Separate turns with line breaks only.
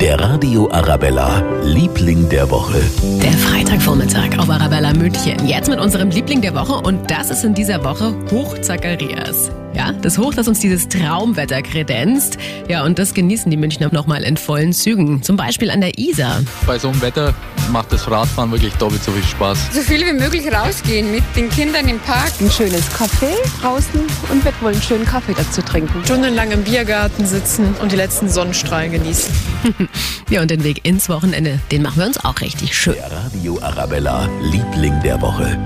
Der Radio Arabella, Liebling der Woche.
Der Freitagvormittag auf Arabella München. Jetzt mit unserem Liebling der Woche und das ist in dieser Woche Hochzacharias. Ja, das Hoch, das uns dieses Traumwetter kredenzt. Ja, und das genießen die Münchner nochmal in vollen Zügen. Zum Beispiel an der Isar.
Bei so einem Wetter macht das Radfahren wirklich doppelt so viel Spaß.
so viel wie möglich rausgehen mit den Kindern im Park.
ein schönes Café draußen und wird wohl einen schönen Kaffee dazu trinken.
stundenlang im Biergarten sitzen und die letzten Sonnenstrahlen genießen.
Ja, und den Weg ins Wochenende, den machen wir uns auch richtig schön.
Der Radio Arabella, Liebling der Woche.